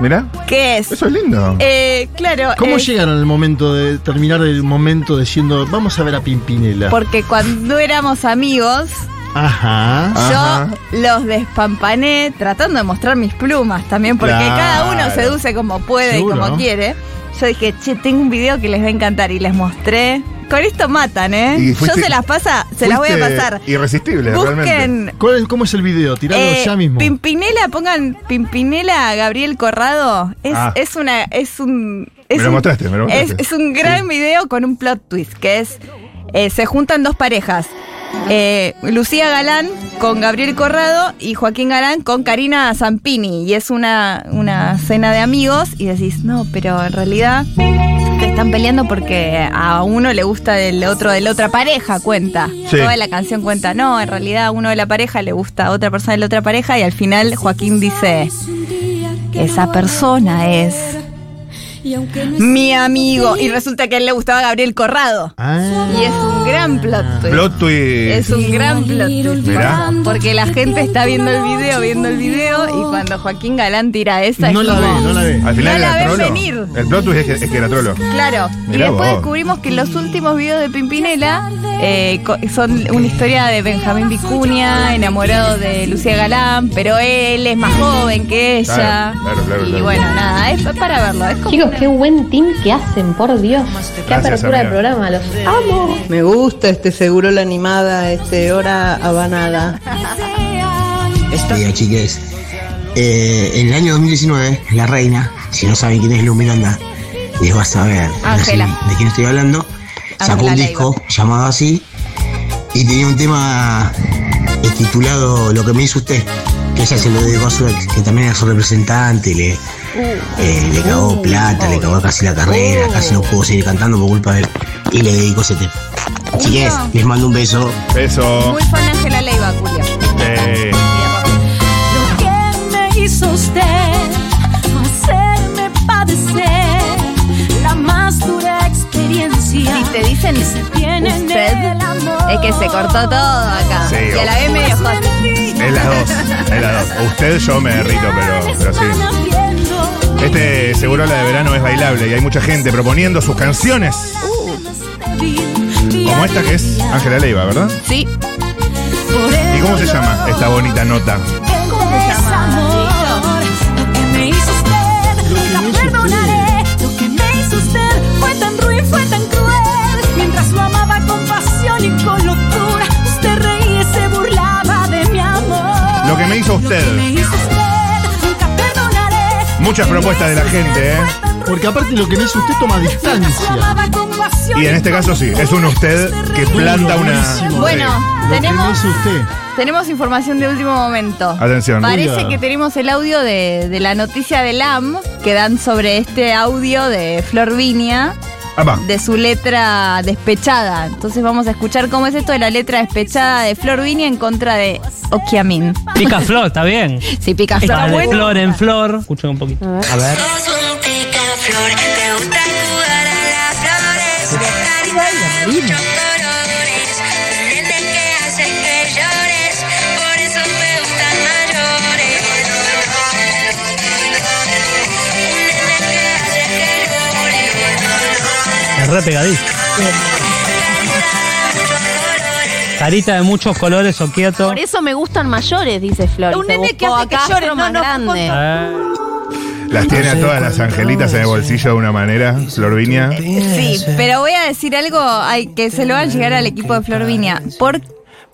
Speaker 2: Mirá,
Speaker 1: ¿Qué es?
Speaker 2: eso es lindo.
Speaker 1: Eh, claro.
Speaker 4: ¿Cómo
Speaker 1: es-
Speaker 4: llegaron al momento de terminar el momento diciendo vamos a ver a Pimpinela?
Speaker 1: Porque cuando éramos amigos,
Speaker 4: Ajá.
Speaker 2: Ajá.
Speaker 1: yo los despampané tratando de mostrar mis plumas también, porque
Speaker 2: Claro.
Speaker 1: cada uno seduce como puede y
Speaker 4: Seguro.
Speaker 1: como quiere. Yo dije, che, tengo un video que les va a encantar y les mostré. Con esto matan, ¿eh?
Speaker 2: Y
Speaker 1: yo
Speaker 2: fuiste-
Speaker 1: se las pasa, se las voy a
Speaker 2: Fuiste
Speaker 1: pasar.
Speaker 2: Irresistible, realmente.
Speaker 1: Busquen
Speaker 4: ¿Cuál es- ¿Cómo es el video? Tiralo
Speaker 1: Eh,
Speaker 4: ya mismo.
Speaker 1: Pimpinela, pongan Pimpinela Gabriel Corrado. Es,
Speaker 2: Ah.
Speaker 1: es una. Es un. Es
Speaker 2: Me lo
Speaker 1: un-
Speaker 2: mostraste, me lo
Speaker 1: es-
Speaker 2: mostraste.
Speaker 1: Es, un gran video con un plot twist, que es. eh, se juntan dos parejas. Eh, Lucía Galán con Gabriel Corrado y Joaquín Galán con Karina Zampini. Y es una, una cena de amigos. Y decís, no, pero en realidad te están peleando porque a uno le gusta del otro de la otra pareja, cuenta.
Speaker 2: Sí.
Speaker 1: Toda la canción cuenta, no, en realidad a uno de la pareja le gusta a otra persona de la otra pareja y al final Joaquín dice, esa persona es mi amigo. Y resulta que a él le gustaba Gabriel Corrado.
Speaker 4: Ah.
Speaker 1: Y es un gran plot twist.
Speaker 2: Plot twist.
Speaker 1: Es un gran plot twist.
Speaker 2: Mirá.
Speaker 1: Porque la gente está viendo el video, viendo el video, y cuando Joaquín Galán tira esa,
Speaker 4: No
Speaker 1: es
Speaker 4: la
Speaker 1: como-
Speaker 4: ve, no la ve.
Speaker 2: Al final
Speaker 1: No la
Speaker 2: era
Speaker 1: ven
Speaker 2: trolo.
Speaker 1: venir.
Speaker 2: El plot twist es que, es que era trolo.
Speaker 1: Claro.
Speaker 2: Mirá
Speaker 1: y después
Speaker 2: vos.
Speaker 1: descubrimos que los últimos videos de Pimpinela eh, co- son una historia de Benjamín Vicuña, enamorado de Lucía Galán, pero él es más joven que ella.
Speaker 2: Claro, claro, claro,
Speaker 1: y
Speaker 2: claro.
Speaker 1: bueno, nada, es para verlo. Es como
Speaker 10: Chicos, qué buen team que hacen, por Dios. Qué
Speaker 2: Gracias,
Speaker 10: apertura de
Speaker 2: amiga.
Speaker 10: programa, los amo.
Speaker 11: Me gusta este seguro la animada, este hora habanada.
Speaker 5: Oiga, chiques, eh, en el año 2019, la reina, si no saben quién es Lu Miranda, les va a saber no sé
Speaker 1: Ángela.
Speaker 5: de quién estoy hablando, sacó
Speaker 1: Ángela
Speaker 5: un
Speaker 1: Leiva.
Speaker 5: disco llamado así y tenía un tema eh, titulado Lo que me hizo usted, que ella se lo dedicó a su ex, que también era su representante, le,
Speaker 1: Uh.
Speaker 5: eh, le cagó plata, le cagó casi la carrera, casi no
Speaker 1: Uh.
Speaker 5: pudo seguir cantando por culpa de él, y le dedicó ese tema. Chiques, les mando un beso.
Speaker 2: Beso.
Speaker 1: muy fan Ángela Leiva, Julio.
Speaker 2: Eh,
Speaker 3: Lo que me hizo usted hacerme padecer la más dura experiencia.
Speaker 1: Si te dicen usted, es que se cortó todo acá.
Speaker 2: Sí,
Speaker 1: y a la vez medio hot.
Speaker 2: es las dos. Es las dos. Usted yo me derrito, pero, pero sí. Este seguro la de verano es bailable y hay mucha gente proponiendo sus canciones. Como esta que es Ángela Leiva, ¿verdad?
Speaker 1: Sí,
Speaker 2: ¿Y cómo se llama esta bonita nota?
Speaker 1: ¿cómo se llama?
Speaker 3: Lo que me hizo usted, nunca perdonaré. Lo que me hizo usted fue tan ruin, fue tan cruel. Mientras lo amaba con pasión y con locura, usted reía y se burlaba de mi amor.
Speaker 2: Lo que me hizo usted.
Speaker 3: Lo que me hizo usted, nunca perdonaré.
Speaker 2: Muchas propuestas de la gente, ¿eh?
Speaker 4: Porque aparte lo que me hizo usted toma distancia.
Speaker 2: Y en este caso sí, es un usted que planta una...
Speaker 1: Bueno,
Speaker 4: Lo que me
Speaker 1: tenemos
Speaker 4: hizo usted.
Speaker 1: Tenemos información de último momento.
Speaker 2: Atención.
Speaker 1: Parece
Speaker 4: Oiga.
Speaker 1: que tenemos el audio de, de la noticia de LAM que dan sobre este audio de Flor Viña,
Speaker 2: Ah, va.
Speaker 1: de su letra despechada. Entonces vamos a escuchar cómo es esto de la letra despechada de Flor Viña en contra de Okiamin.
Speaker 12: Pica flor, está bien.
Speaker 1: Si pica Flor,
Speaker 12: Está de
Speaker 1: bueno.
Speaker 12: flor en flor. Escuchen un poquito.
Speaker 5: A ver.
Speaker 12: Es re pegadizo. Carita de muchos colores o quieto.
Speaker 10: Por eso me gustan mayores, dice Flor.
Speaker 6: Un
Speaker 10: Se
Speaker 6: nene que
Speaker 10: buscó
Speaker 6: hace que
Speaker 10: a Castro
Speaker 6: llore, no,
Speaker 10: más
Speaker 6: no,
Speaker 10: grande.
Speaker 12: Ah,
Speaker 2: Las tiene a todas las angelitas en el bolsillo de una manera, Florvinia.
Speaker 1: Sí, pero voy a decir algo ay, que se lo van a llegar al equipo de Flor Viña. Por-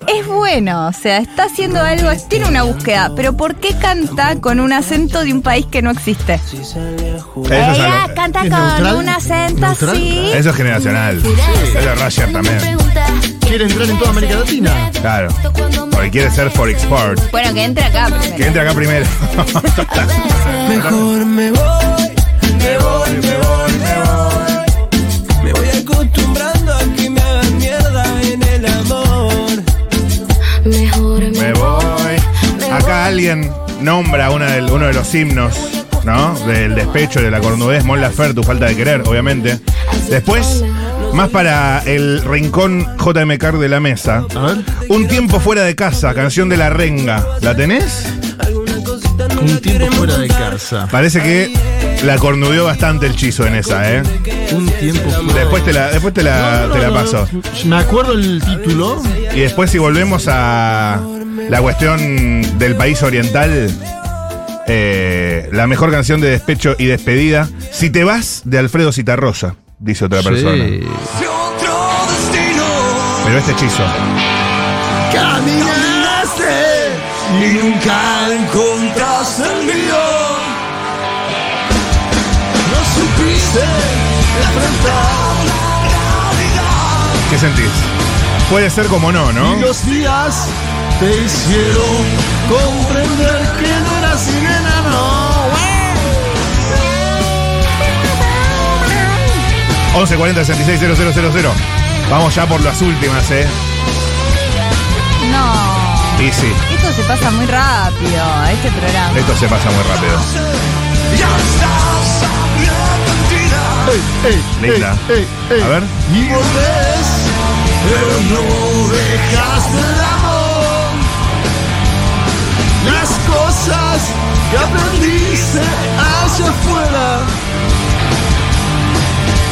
Speaker 1: es bueno, o sea, está haciendo algo, tiene una búsqueda, pero ¿por qué canta con un acento de un país que no existe?
Speaker 2: Eso es ¿Eh?
Speaker 6: Ella
Speaker 2: algo-
Speaker 6: canta
Speaker 4: ¿Es
Speaker 6: con
Speaker 4: neutral?
Speaker 6: un acento
Speaker 4: ¿Neutral?
Speaker 6: así.
Speaker 2: Eso es generacional. Eso es Rusher también.
Speaker 4: Quiere entrar en toda América Latina.
Speaker 2: Claro. Porque quiere ser for export.
Speaker 1: Bueno, que entre acá primero.
Speaker 2: Que entre acá primero. *laughs*
Speaker 5: Mejor me voy, me voy, me voy, me voy. Me voy acostumbrando a que me hagan mierda en el amor.
Speaker 2: Me voy. Acá alguien nombra una del- uno de los himnos, ¿no? Del despecho, de la cornudez, Mon Laferte, tu falta de querer, obviamente. Después, más para el rincón JMK de la mesa.
Speaker 4: A ver.
Speaker 2: Un tiempo fuera de casa, canción de la renga. ¿La tenés?
Speaker 4: Un tiempo fuera de casa.
Speaker 2: Parece que la cornudeó bastante el chizo en esa, ¿eh?
Speaker 4: Un tiempo fuera
Speaker 2: Después te la, después te la, Ah, te la paso.
Speaker 4: Me acuerdo el título.
Speaker 2: Y después si volvemos a la cuestión del país oriental, eh, la mejor canción de despecho y despedida, Si te vas, de Alfredo Citarrosa, dice otra persona.
Speaker 4: Sí.
Speaker 2: Pero este hechizo.
Speaker 5: Caminaste y nunca encontraste el mío. No supiste enfrentar
Speaker 2: ¿Qué sentís? Puede ser como no, ¿no?
Speaker 4: Y los días te hicieron comprender que no eras sirena, no.
Speaker 2: 1140 000. Vamos ya por las últimas, ¿eh?
Speaker 1: No,
Speaker 2: Y sí,
Speaker 1: esto se pasa muy rápido, este programa.
Speaker 2: esto se pasa muy rápido.
Speaker 5: Ya estás hablando en ti.
Speaker 2: Linda. A ver.
Speaker 3: Y volvés, pero no dejas el amor. Las cosas que aprendiste hacia afuera.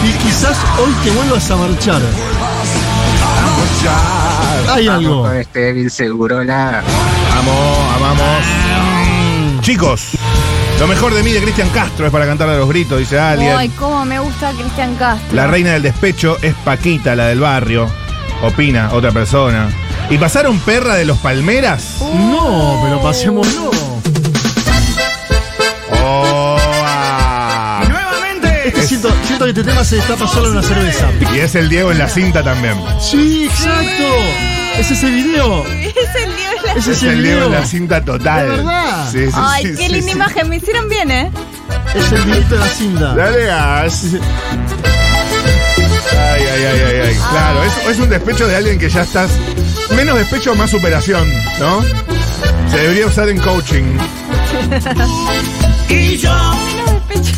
Speaker 4: Y quizás hoy te vuelvas a marchar.
Speaker 2: Ah,
Speaker 4: Hay algo.
Speaker 13: Con este Evil Segurola.
Speaker 2: Vamos, vamos. Chicos, lo mejor de mí de Cristian Castro es para cantar a los gritos, dice
Speaker 1: Ay,
Speaker 2: alguien.
Speaker 1: cómo me gusta Cristian Castro.
Speaker 2: La reina del despecho es Paquita, la del barrio. Opina otra persona. ¿Y pasaron perra de los Palmeras?
Speaker 4: No, pero pasemos no.
Speaker 2: Oh, ah.
Speaker 4: Este siento, siento que este tema se destapa solo en una cerveza.
Speaker 2: Y es el Diego en la cinta también.
Speaker 4: Sí, exacto. Es ese video.
Speaker 1: *laughs* Es el Diego de la-
Speaker 4: Ese
Speaker 2: Es
Speaker 4: es
Speaker 2: el Diego en
Speaker 4: video.
Speaker 2: la cinta total.
Speaker 4: De verdad.
Speaker 2: Sí, sí,
Speaker 1: Ay,
Speaker 2: sí,
Speaker 1: qué
Speaker 2: sí,
Speaker 1: linda
Speaker 2: sí.
Speaker 1: imagen. Me hicieron bien, ¿eh?
Speaker 4: Es el directo de la cinta.
Speaker 2: Dale gas. Ay, ay, ay, ay, ay. Claro, es, es un despecho de alguien que ya estás. Menos despecho, más superación, ¿no? Se debería usar en coaching.
Speaker 3: Y yo,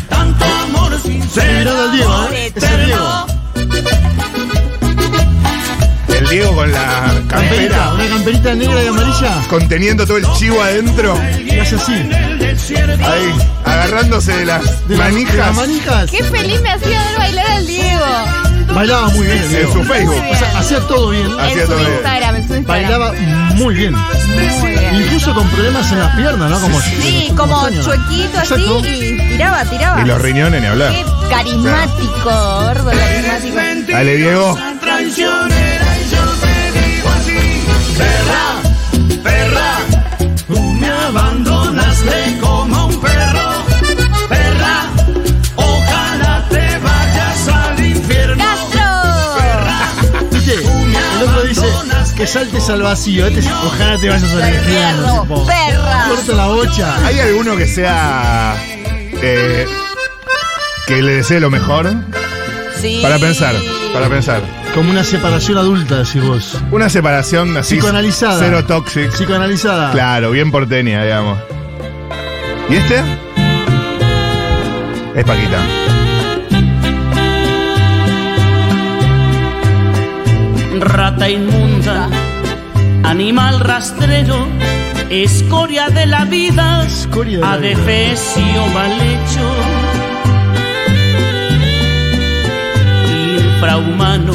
Speaker 3: tanto amor sincero.
Speaker 4: Mirando al Diego,
Speaker 3: amor
Speaker 4: ¿eh? Es el Diego.
Speaker 3: eterno.
Speaker 2: El Diego con la
Speaker 4: Camperita,
Speaker 2: campera,
Speaker 4: una camperita negra y amarilla.
Speaker 2: conteniendo todo el chivo adentro.
Speaker 4: Y hace así.
Speaker 2: Ahí, agarrándose de las
Speaker 4: De la- de las
Speaker 2: manijas.
Speaker 4: manijas.
Speaker 1: Qué feliz me hacía ver bailar al Diego.
Speaker 4: Bailaba muy bien el
Speaker 2: En
Speaker 4: Diego.
Speaker 2: su Facebook. Ah.
Speaker 4: O sea, hacía todo bien.
Speaker 2: Hacía
Speaker 1: en su
Speaker 2: todo bien.
Speaker 1: Instagram, en su Instagram.
Speaker 4: Bailaba muy bien.
Speaker 1: Muy bien.
Speaker 4: Incluso con problemas en las piernas, ¿no? Como
Speaker 1: Sí, como chuequito así
Speaker 4: Exacto.
Speaker 1: y tiraba, tiraba.
Speaker 2: Y los riñones, ni hablar.
Speaker 1: Qué carismático, gordo, carismático.
Speaker 2: Dale, Diego.
Speaker 3: Traicionera y yo te digo así, perra, perra, tú me abandonaste como un perro, perra, ojalá te vayas al infierno.
Speaker 1: ¡Castro!
Speaker 4: Viste, el otro dice que saltes al vacío. Este es, ojalá te vayas al infierno. tipo.
Speaker 1: perra.
Speaker 4: Corta la bocha.
Speaker 2: ¿Hay alguno que sea. eh, que le desee lo mejor?
Speaker 1: Sí.
Speaker 2: Para pensar, para pensar.
Speaker 4: Como una separación adulta, decís vos.
Speaker 2: Una separación así.
Speaker 4: Psicoanalizada.
Speaker 2: Cero toxic.
Speaker 4: Psicoanalizada.
Speaker 2: Claro, bien porteña, digamos. ¿Y este? Es Paquita.
Speaker 3: Rata inmunda, animal rastrero, escoria de la vida,
Speaker 4: Escoria de la vida.
Speaker 3: adefesio mal hecho, infrahumano,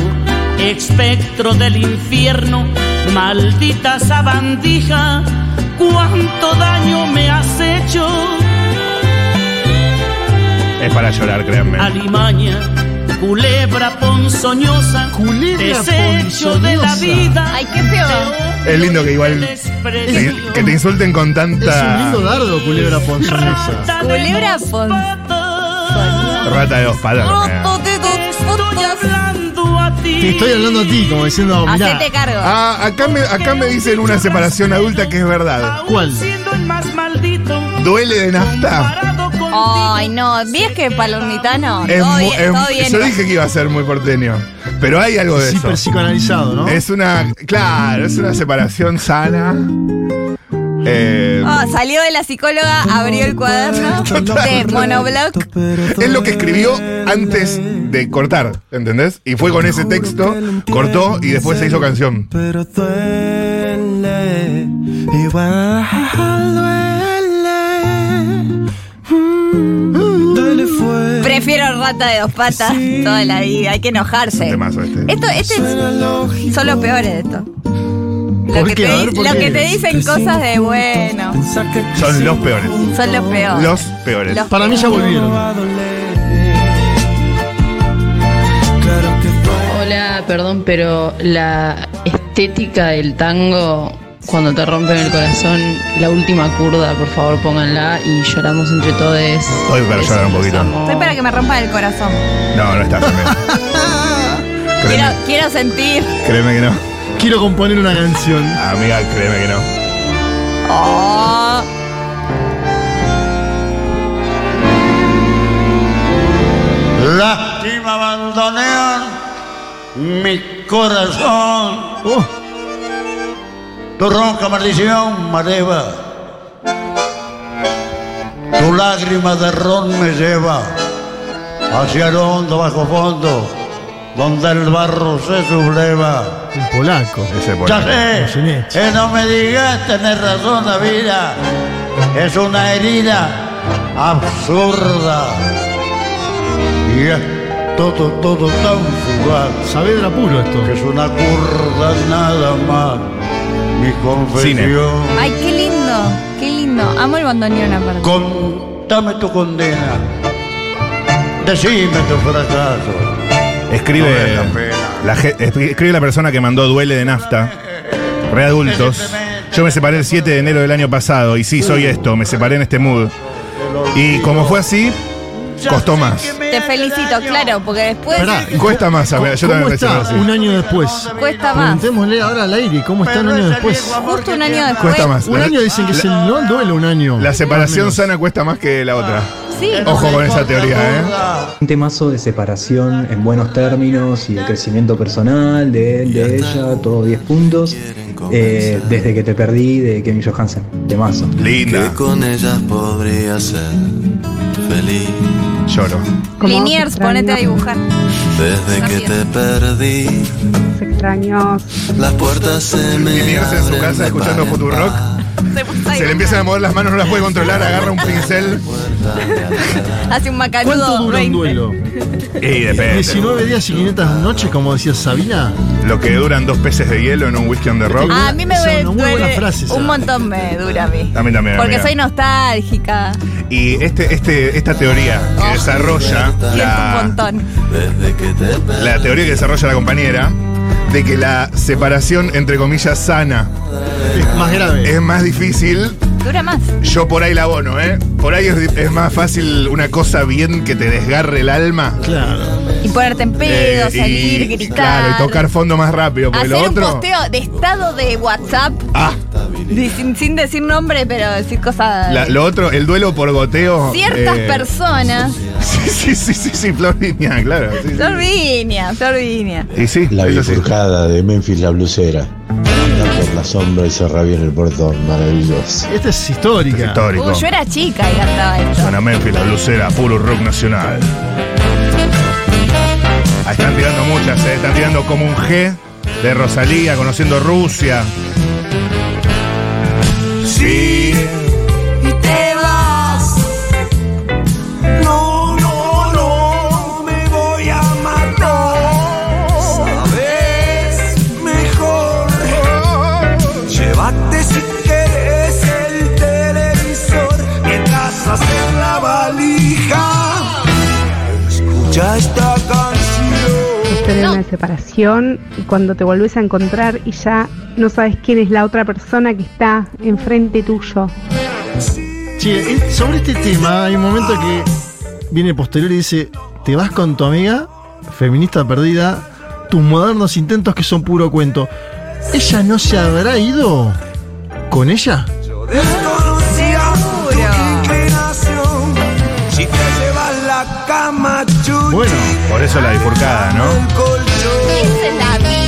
Speaker 3: espectro del infierno, maldita sabandija, cuánto daño me has hecho,
Speaker 2: Es para llorar, créanme.
Speaker 3: alimaña, culebra ponzoñosa,
Speaker 4: Culebra
Speaker 3: desecho de la
Speaker 4: ponzoñosa.
Speaker 3: vida.
Speaker 1: Ay, qué feo.
Speaker 2: Es lindo que igual- Te- que te insulten con
Speaker 4: Es un lindo
Speaker 2: tanta
Speaker 4: dardo, culebra ponzoñosa.
Speaker 1: Culebra
Speaker 2: rata de dos eh. patas.
Speaker 3: Estoy hablando a ti.
Speaker 4: Te estoy hablando a ti, como diciendo, mirá.
Speaker 1: Hacete cargo.
Speaker 2: Ah, acá me, acá me dicen una separación adulta que es verdad.
Speaker 3: Aún
Speaker 4: ¿Cuál?
Speaker 3: Siendo el más maldito.
Speaker 2: ¿Duele de nafta?
Speaker 3: comparado contigo.
Speaker 1: Ay, no. ¿Viste que palormitano?
Speaker 2: Es
Speaker 1: todo
Speaker 2: mu-
Speaker 1: bien,
Speaker 2: es-
Speaker 1: todo bien.
Speaker 2: yo dije que iba a ser muy porteño. Pero hay algo de
Speaker 4: Sí, pero
Speaker 2: eso.
Speaker 4: psicoanalizado, ¿no?
Speaker 2: Es una. Claro, es una separación sana. Eh,
Speaker 1: Ah, salió de la psicóloga, abrió el cuaderno de Monoblock.
Speaker 2: Es lo que escribió antes de cortar, ¿entendés? Y fue con ese texto, cortó y después se hizo canción.
Speaker 14: Pero duele, igual duele. Mm, Duele fuerte.
Speaker 1: Prefiero rata de dos patas toda la vida. Hay que enojarse.
Speaker 2: Temazo este.
Speaker 1: Esto, este es- son los peores de esto. Lo
Speaker 4: ¿Por
Speaker 1: que,
Speaker 4: qué?
Speaker 1: te,
Speaker 4: A
Speaker 1: di-
Speaker 4: ver, ¿por
Speaker 1: lo
Speaker 4: qué?
Speaker 1: que te dicen cosas de bueno.
Speaker 14: Pensá que
Speaker 2: Son los peores.
Speaker 1: Son los peores.
Speaker 2: Los peores.
Speaker 1: Los-
Speaker 4: Para mí ya volvieron.
Speaker 14: va a doler. Claro que duele.
Speaker 10: Hola, perdón, pero la estética del tango cuando te rompen el corazón, la última curda, por favor, pónganla y lloramos entre todos.
Speaker 2: Estoy para llorar un poquito.
Speaker 1: Estoy para que me rompa el corazón.
Speaker 2: No, no está
Speaker 1: *laughs*
Speaker 2: también.
Speaker 1: Quiero,
Speaker 2: Créeme,
Speaker 1: quiero sentir.
Speaker 2: créeme que no.
Speaker 4: Quiero componer una canción.
Speaker 2: Amiga, créeme que no.
Speaker 1: Oh.
Speaker 3: Lástima abandoné mi corazón.
Speaker 4: Oh,
Speaker 3: Tu ronca maldición, mareva. Tu lágrima de ron me lleva
Speaker 15: hacia el hondo bajo fondo, donde el barro se subleva.
Speaker 4: Un polaco.
Speaker 2: Ese
Speaker 15: Ya sé, eh, no me digas tener razón la vida, es una herida absurda. Y es todo, todo tan fugaz.
Speaker 4: Saavedra puro esto.
Speaker 15: Que es una curda nada más, mi confesión.
Speaker 1: Ay, qué lindo, qué lindo. Amo el bandoneón aparte.
Speaker 15: Contame tu condena, decime tu fracaso.
Speaker 2: Escribe, la, ge- escri- escribe la persona que mandó Duele de Nafta. Readultos. Yo me separé el 7 de enero del año pasado y sí, soy esto, me separé en este mood. Y como fue así, costó más.
Speaker 1: Te felicito, claro, porque después
Speaker 4: Pará,
Speaker 2: *laughs* Cuesta más, a ver, yo
Speaker 4: ¿Cómo
Speaker 2: también me
Speaker 4: está
Speaker 2: separé
Speaker 4: un
Speaker 2: así.
Speaker 4: año después?
Speaker 1: cuesta más.
Speaker 4: Preguntémosle ahora al aire, ¿cómo está un año después?
Speaker 1: Justo un año después.
Speaker 2: Cuesta más.
Speaker 4: Un
Speaker 2: La-
Speaker 4: año dicen que es el
Speaker 2: la-
Speaker 4: no el duelo, un año.
Speaker 2: La separación
Speaker 4: Más o menos.
Speaker 2: sana cuesta más que la otra.
Speaker 1: Sí.
Speaker 2: Ojo con esa teoría, ¿eh?
Speaker 16: Un temazo de separación en buenos términos y de crecimiento personal de él, de ella, todos 10 puntos. Eh, desde que te perdí de Kevin Johansen. Temazo.
Speaker 2: Linda.
Speaker 14: Que con ellas podría ser feliz.
Speaker 2: Lloro.
Speaker 1: Liniers, ponete a dibujar.
Speaker 14: Desde que te perdí,
Speaker 17: extraños.
Speaker 14: las puertas se me
Speaker 2: Liniers en su
Speaker 14: abren
Speaker 2: casa
Speaker 14: de
Speaker 2: escuchando
Speaker 14: par en
Speaker 2: Futurock. Se le empiezan a mover las manos, no las puede controlar, agarra un pincel.
Speaker 1: Hace un
Speaker 4: ¿Cuánto
Speaker 1: macanudo.
Speaker 4: dura
Speaker 1: 20.
Speaker 4: un duelo?
Speaker 2: Y depende.
Speaker 4: 19 días y 500 noches, como decía Sabina.
Speaker 2: Lo que duran dos peces de hielo en un whisky on the rock.
Speaker 1: A mí me duele,
Speaker 4: Son muy buenas
Speaker 1: duele-
Speaker 4: frases,
Speaker 1: un
Speaker 4: ah.
Speaker 1: montón me dura a mí.
Speaker 2: A mí también.
Speaker 1: Porque
Speaker 2: amiga.
Speaker 1: soy nostálgica.
Speaker 2: Y este, este, esta teoría
Speaker 1: Oh,
Speaker 2: que desarrolla
Speaker 1: Siento un
Speaker 2: la,
Speaker 1: montón.
Speaker 14: Desde que te perdí.
Speaker 2: la teoría que desarrolla la compañera de que la separación entre comillas sana
Speaker 4: Es más grave.
Speaker 2: es más difícil.
Speaker 1: Dura más.
Speaker 2: Yo por ahí la abono, ¿eh? Por ahí es, es más fácil una cosa bien que te desgarre el alma.
Speaker 4: Claro.
Speaker 1: Y ponerte en pedo,
Speaker 2: eh,
Speaker 1: salir,
Speaker 2: y-
Speaker 1: gritar.
Speaker 2: Claro, y tocar fondo más rápido. Porque
Speaker 1: Hacer
Speaker 2: lo
Speaker 1: un
Speaker 2: otro.
Speaker 1: posteo de estado de WhatsApp
Speaker 2: Ah,
Speaker 1: de- sin, sin decir nombre, pero decir cosas.
Speaker 2: la- lo otro, el duelo por goteo.
Speaker 1: Ciertas
Speaker 2: eh,
Speaker 1: personas.
Speaker 2: *laughs* Sí, sí, sí, sí, sí, Florinia, claro. sí, sí.
Speaker 1: Flor Viña, Flor Viña.
Speaker 2: Y sí,
Speaker 18: La
Speaker 2: eso sí.
Speaker 18: bifurcada de Memphis la blusera. Anda por la sombra y se rabia en el portón. Maravilloso.
Speaker 4: Esta es histórica.
Speaker 2: Histórico.
Speaker 1: Uh, yo era chica y cantaba esto.
Speaker 2: Zona Memphis, la blusera, puro rock nacional. Ah, están tirando muchas, eh, están tirando como un G de Rosalía, conociendo Rusia. Sí,
Speaker 14: y te vas. No, no, no, me voy a matar. Sabes mejor. Llévate si quieres el televisor mientras haces la valija. Escucha esta canción.
Speaker 17: Historia de una separación y cuando te volvés a encontrar y ya no sabes quién es la otra persona que está enfrente tuyo.
Speaker 4: Che, eh, sobre este tema hay un momento que viene posterior y dice, te vas con tu amiga, feminista perdida, tus modernos intentos que son puro cuento. ¿Ella no se habrá ido con ella?
Speaker 14: Desconocía tu inclinación. Si te llevas la cama, chuchi,
Speaker 4: Bueno,
Speaker 2: por eso la bifurcada, ¿no?
Speaker 14: el colchón.
Speaker 1: Esa es la mía.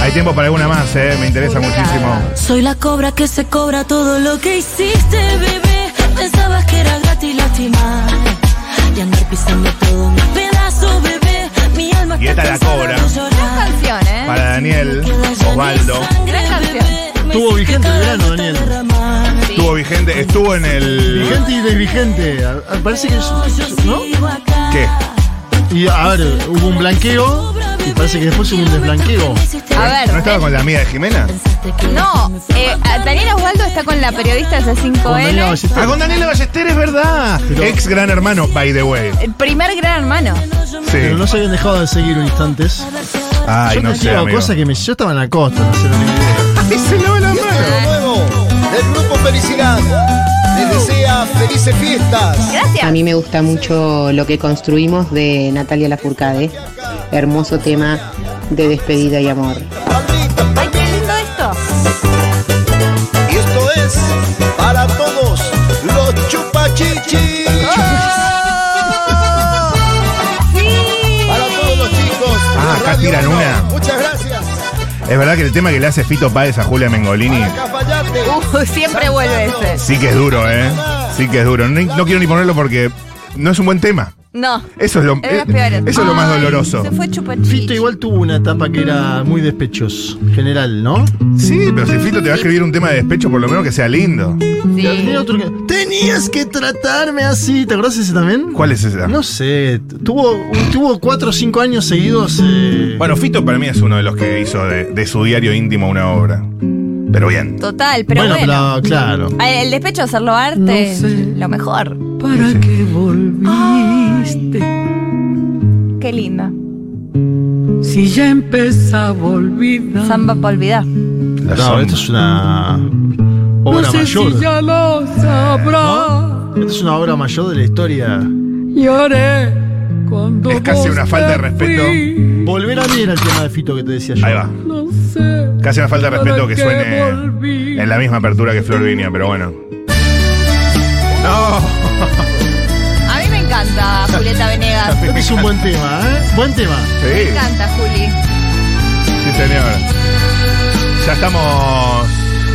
Speaker 2: Hay tiempo para alguna más, eh, me interesa muchísimo.
Speaker 3: Soy la cobra que se cobra todo lo que hiciste, bebé. Pensabas que era gratis lástima. Y andar pisando todo mi pedazo, bebé. Mi alma
Speaker 2: Y
Speaker 3: está
Speaker 2: esta la
Speaker 3: cansada
Speaker 2: cobra.
Speaker 3: de llorar.
Speaker 1: Canción, ¿eh?
Speaker 2: Para Daniel, Osvaldo,
Speaker 1: Gran canción.
Speaker 4: Estuvo vigente el verano, Daniel.
Speaker 2: estuvo vigente, estuvo en el.
Speaker 4: Vigente y desvigente. A- a- Parece que... es- ¿No?
Speaker 2: ¿Qué?
Speaker 4: Y a ver, hubo un blanqueo y parece que después hubo un desblanqueo.
Speaker 1: A ver.
Speaker 2: ¿No estaba con la amiga de Jimena?
Speaker 1: No, eh, Daniel Osvaldo está con la periodista de
Speaker 4: Con Daniela
Speaker 1: C5N.
Speaker 2: Ah,
Speaker 4: Ballester.
Speaker 2: con Daniela Ballester, es verdad. Ex gran hermano, by the way.
Speaker 1: El primer gran hermano.
Speaker 4: Pero no
Speaker 2: Sí.
Speaker 4: se habían dejado de seguir un instantes.
Speaker 2: Ay,
Speaker 4: yo
Speaker 2: no
Speaker 4: te
Speaker 2: sé,
Speaker 4: digo
Speaker 2: amigo.
Speaker 4: cosas que me. Yo estaba en la costa, no sé lo que
Speaker 2: Ay, se lava la mano.
Speaker 19: nuevo del Grupo Felicidad. Les desea felices fiestas.
Speaker 1: Gracias.
Speaker 20: A mí me gusta mucho lo que construimos de Natalia Lafourcade. Hermoso tema de despedida y amor.
Speaker 1: Ay, qué lindo esto.
Speaker 19: Y esto es para todos los chupachichis.
Speaker 1: ¡Ah!
Speaker 19: Para todos los chicos.
Speaker 2: Ah, acá
Speaker 19: Radio
Speaker 2: tiran
Speaker 19: Uno.
Speaker 2: una.
Speaker 19: Muchas gracias.
Speaker 2: Es verdad que el tema que le hace Fito Páez a Julia Mengolini
Speaker 19: Cafayate.
Speaker 1: Uh, *laughs* siempre vuelve ese.
Speaker 2: sí que es duro, ¿eh? Sí que es duro. No, no quiero ni ponerlo porque no es un buen tema.
Speaker 1: No.
Speaker 2: Eso es lo,
Speaker 1: Era
Speaker 2: eh,
Speaker 1: peor.
Speaker 2: eso es lo más
Speaker 1: Ay,
Speaker 2: doloroso.
Speaker 1: Se fue chupachupi.
Speaker 4: Fito igual tuvo una etapa que era muy despechoso, general, ¿no?
Speaker 2: Sí, pero si Fito te va a escribir un tema de despecho, por lo menos que sea lindo.
Speaker 4: Tenía otro que- Tenías que tratarme así, ¿te acordás ese también?
Speaker 2: ¿Cuál es esa?
Speaker 4: No sé, t- tuvo, un- tuvo cuatro o cinco años seguidos. eh,
Speaker 2: Bueno, Fito para mí es uno de los que hizo de, de su diario íntimo una obra. Pero bien.
Speaker 1: Total, pero bueno.
Speaker 4: pero claro.
Speaker 1: Ah, El despecho de hacerlo arte, lo mejor.
Speaker 14: ¿Para qué volviste?
Speaker 1: Ah, Qué linda.
Speaker 14: Si ya empezaba olvidar.
Speaker 1: Samba para olvidar.
Speaker 4: No, esto es una obra
Speaker 14: No sé
Speaker 4: mayor.
Speaker 14: si ya lo sabrá.
Speaker 4: Esta es una obra mayor de la historia.
Speaker 14: Lloré cuando
Speaker 2: Es casi
Speaker 14: vos
Speaker 2: una
Speaker 14: te
Speaker 2: falta de respeto.
Speaker 14: fuiste.
Speaker 4: Volver a mí era el tema de Fito que te decía yo.
Speaker 2: Ahí va.
Speaker 14: No sé.
Speaker 2: Casi una falta de
Speaker 14: para
Speaker 2: respeto que
Speaker 14: qué
Speaker 2: suene
Speaker 14: volví.
Speaker 2: en la misma apertura que Flor Viña, pero bueno. No.
Speaker 1: A mí me encanta Julieta Venegas.
Speaker 4: Este es un buen tema, ¿eh? Buen tema.
Speaker 1: Me
Speaker 2: Sí,
Speaker 1: encanta, Juli.
Speaker 2: sí, señor. Ya estamos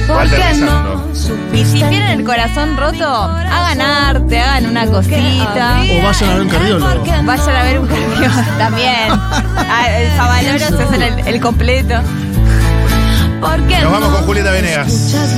Speaker 2: alternizando.
Speaker 1: Y si tienen el corazón roto, hagan arte, hagan una cosita.
Speaker 4: O vayan a ver un cardiólogo.
Speaker 1: Vayan a ver un camión
Speaker 4: *laughs*
Speaker 1: también. Ah, El Favaloro se hace el, el completo.
Speaker 2: Nos vamos con Julieta Venegas.